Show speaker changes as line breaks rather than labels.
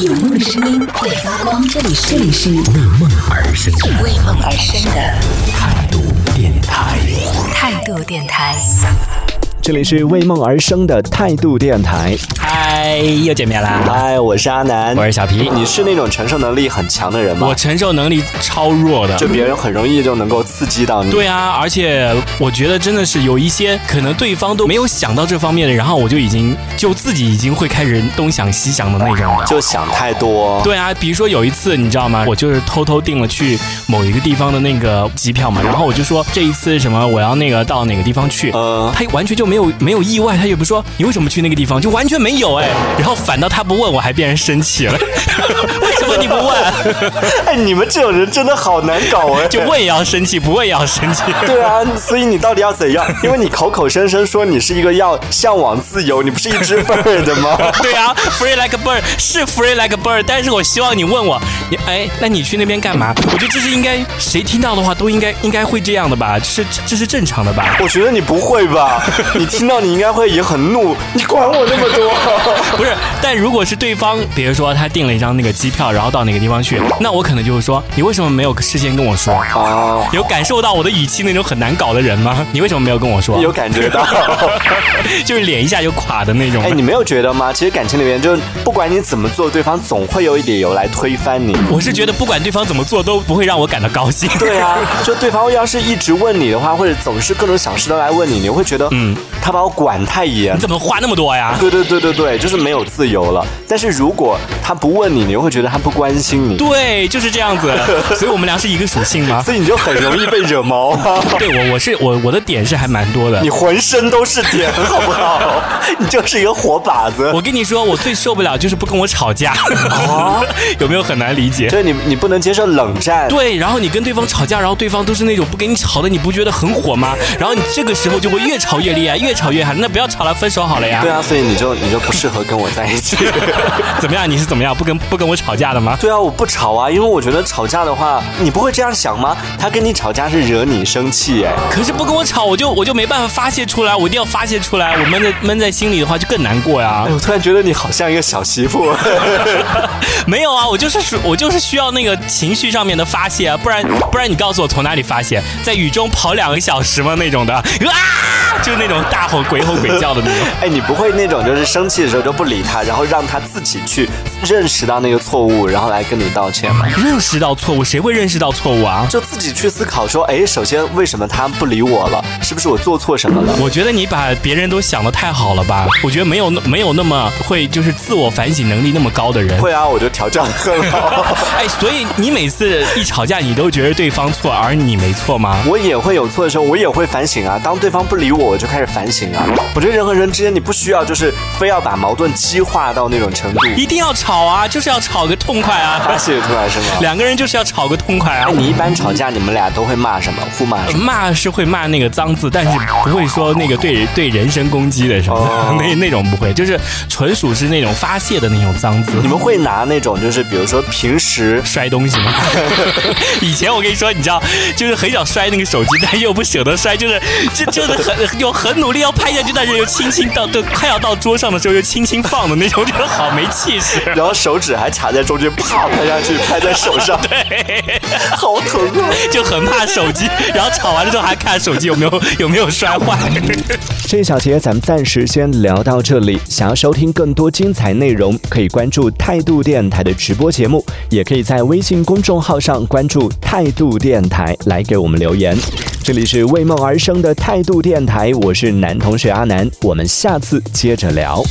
有梦的声音会发光，这里是这里是
为梦而生，
为梦而生的
态度电台。
态度电台。
这里是为梦而生的态度电台。
嗨，又见面啦！
嗨，我是阿南，
我是小皮
你是那种承受能力很强的人吗
我？承受能力超弱的
就。别人很容易就能够刺激到你。
对啊，而且我觉得真的是有一些可能对方都没有想到这方面的，然后我就已经就自己已经会开始东想西想的那种了。
就想太多。
对啊，比如说有一次你知道吗？我就是偷偷订了去某一个地方的那个机票嘛，然后我就说这一次什么我要那个到哪个地方去，
嗯
他完全就没有没有意外，他也不说你为什么去那个地方，就完全没有哎，然后反倒他不问我还变人生气了， 为什么你不问？
哎，你们这种人真的好难搞 哎。
就问也要生气，不问也要生气。
对啊，所以你到底要怎 样？因为你口口声声说你是一个要向往自由，你不是一只 bird 吗？
对啊，free like a bird 是 free like a bird，但是我希望你问我，你哎，那你去那边干嘛？我觉得这是应该谁听到的话都应该应该会这样的吧，这是这是正常的吧？
我觉得你不会吧？你听到你应该会也很怒，你管我那么 多？
不是，但如果是对方，比如说他订了一张那个机票，然后到哪个地方去，那我可能就会说，你为什么没有事先跟我说？
啊，
有感受到我的语气那种很难搞的人吗？你为什么没有跟我说？
有感觉 到。
就是脸一下就垮的那种。
哎，你没有觉得吗？其实感情里面，就不管你怎么做，对方总会有一理由来推翻你。
我是觉得不管对方怎么做都不会让我感到高兴。
对啊，就对方要是一直问你的话，或者总是各种小事都来问你，你会觉得，嗯，他把我管太严
你。怎么话那么多呀？
对对对对对，就是没有自由了。但是如果他不问你，你又会觉得他不关心你，
对，就是这样 子。所以我们俩是一个属性吗？
所以你就很容易被惹毛、啊。
对我，我是我我的点是还蛮多的
你。浑身都是点，好不好？ 你就是一个火靶子。
我跟你说，我最受不了就是不跟我吵架，
哦
有没有很难理解
就？是你，你不能接受冷战。
对，然后你跟对方吵架，然后对方都是那种不跟你吵的，你不觉得很火吗？然后你这个时候就会越吵越厉害，越吵越喊，那不要吵了，分手好了呀
对。啊，所以你就你就不适合跟我在一 起。
怎么样？你是怎么样？不跟不跟我吵架的吗？
对啊，我不吵啊，因为我觉得吵架的话，你不会这样想吗？他跟你吵架是惹你生气哎。
可是不跟我吵，我就我就没办法发泄出来，我一定要发泄出来，我闷在闷在心里的话就更难过 呀
哎，。我突然觉得你好像一个小媳妇，
没有啊，我就是属我就是需要那个情绪上面的发泄啊，不然不然你告诉我从哪里发泄？在雨中跑两个小时吗？那种的啊，就是那种大吼鬼吼鬼叫的那种。
哎，你不会那种就是生气的时候就不理他，然后让他自己去认识到那个错误，然后来跟你道歉吗？
认识到错误，谁会认识到错误啊？
就自己去思考说，哎，首先为什么他不理我了？是不是我做错什么了？
我觉得你把别人都想的太好了吧？我觉得没有那没有那么会就是自我反省能力那么高的人。
会啊，我就调教得很好。
哎，所以你每次一吵架，你都觉得对方错，而你没错吗？
我也会有错的时候，我也会反省啊。当对方不理我，我就开始反省啊。我觉得人和人之间，你不需要就是非要把矛盾激化到那种程度。
一定要吵啊，就是要吵个痛快啊
发！泄出来是吗？
两个人就是要吵个痛快啊
哎，！你一般吵架，你们俩都会骂什么？互骂什么？
骂是会骂那个脏字，但是不会说那个对对人身攻击的什么的，
哦
那那种不会，就是纯属是那种发泄的那种脏字
你。们会拿那种就是比如说平时
摔东西吗？以前我跟你说，你知道，就是很想摔那个手机，但又不舍得摔，就是就就是很有很努力要拍下去，但是又轻轻到就快要到桌上的时候又轻轻放的那种，就是好没气势。
然后手指还卡在中间，啪拍下去，拍在手 上，
对，
好疼啊！
就很怕手机，然后吵完了之后还看手机有没有有没有摔坏。
这一小节咱们暂时先聊到这里。想要收听更多精彩内容，可以关注态度电台的直播节目，也可以在微信公众号上关注态度电台来给我们留言。这里是为梦而生的态度电台，我是男同学阿南，我们下次接着聊。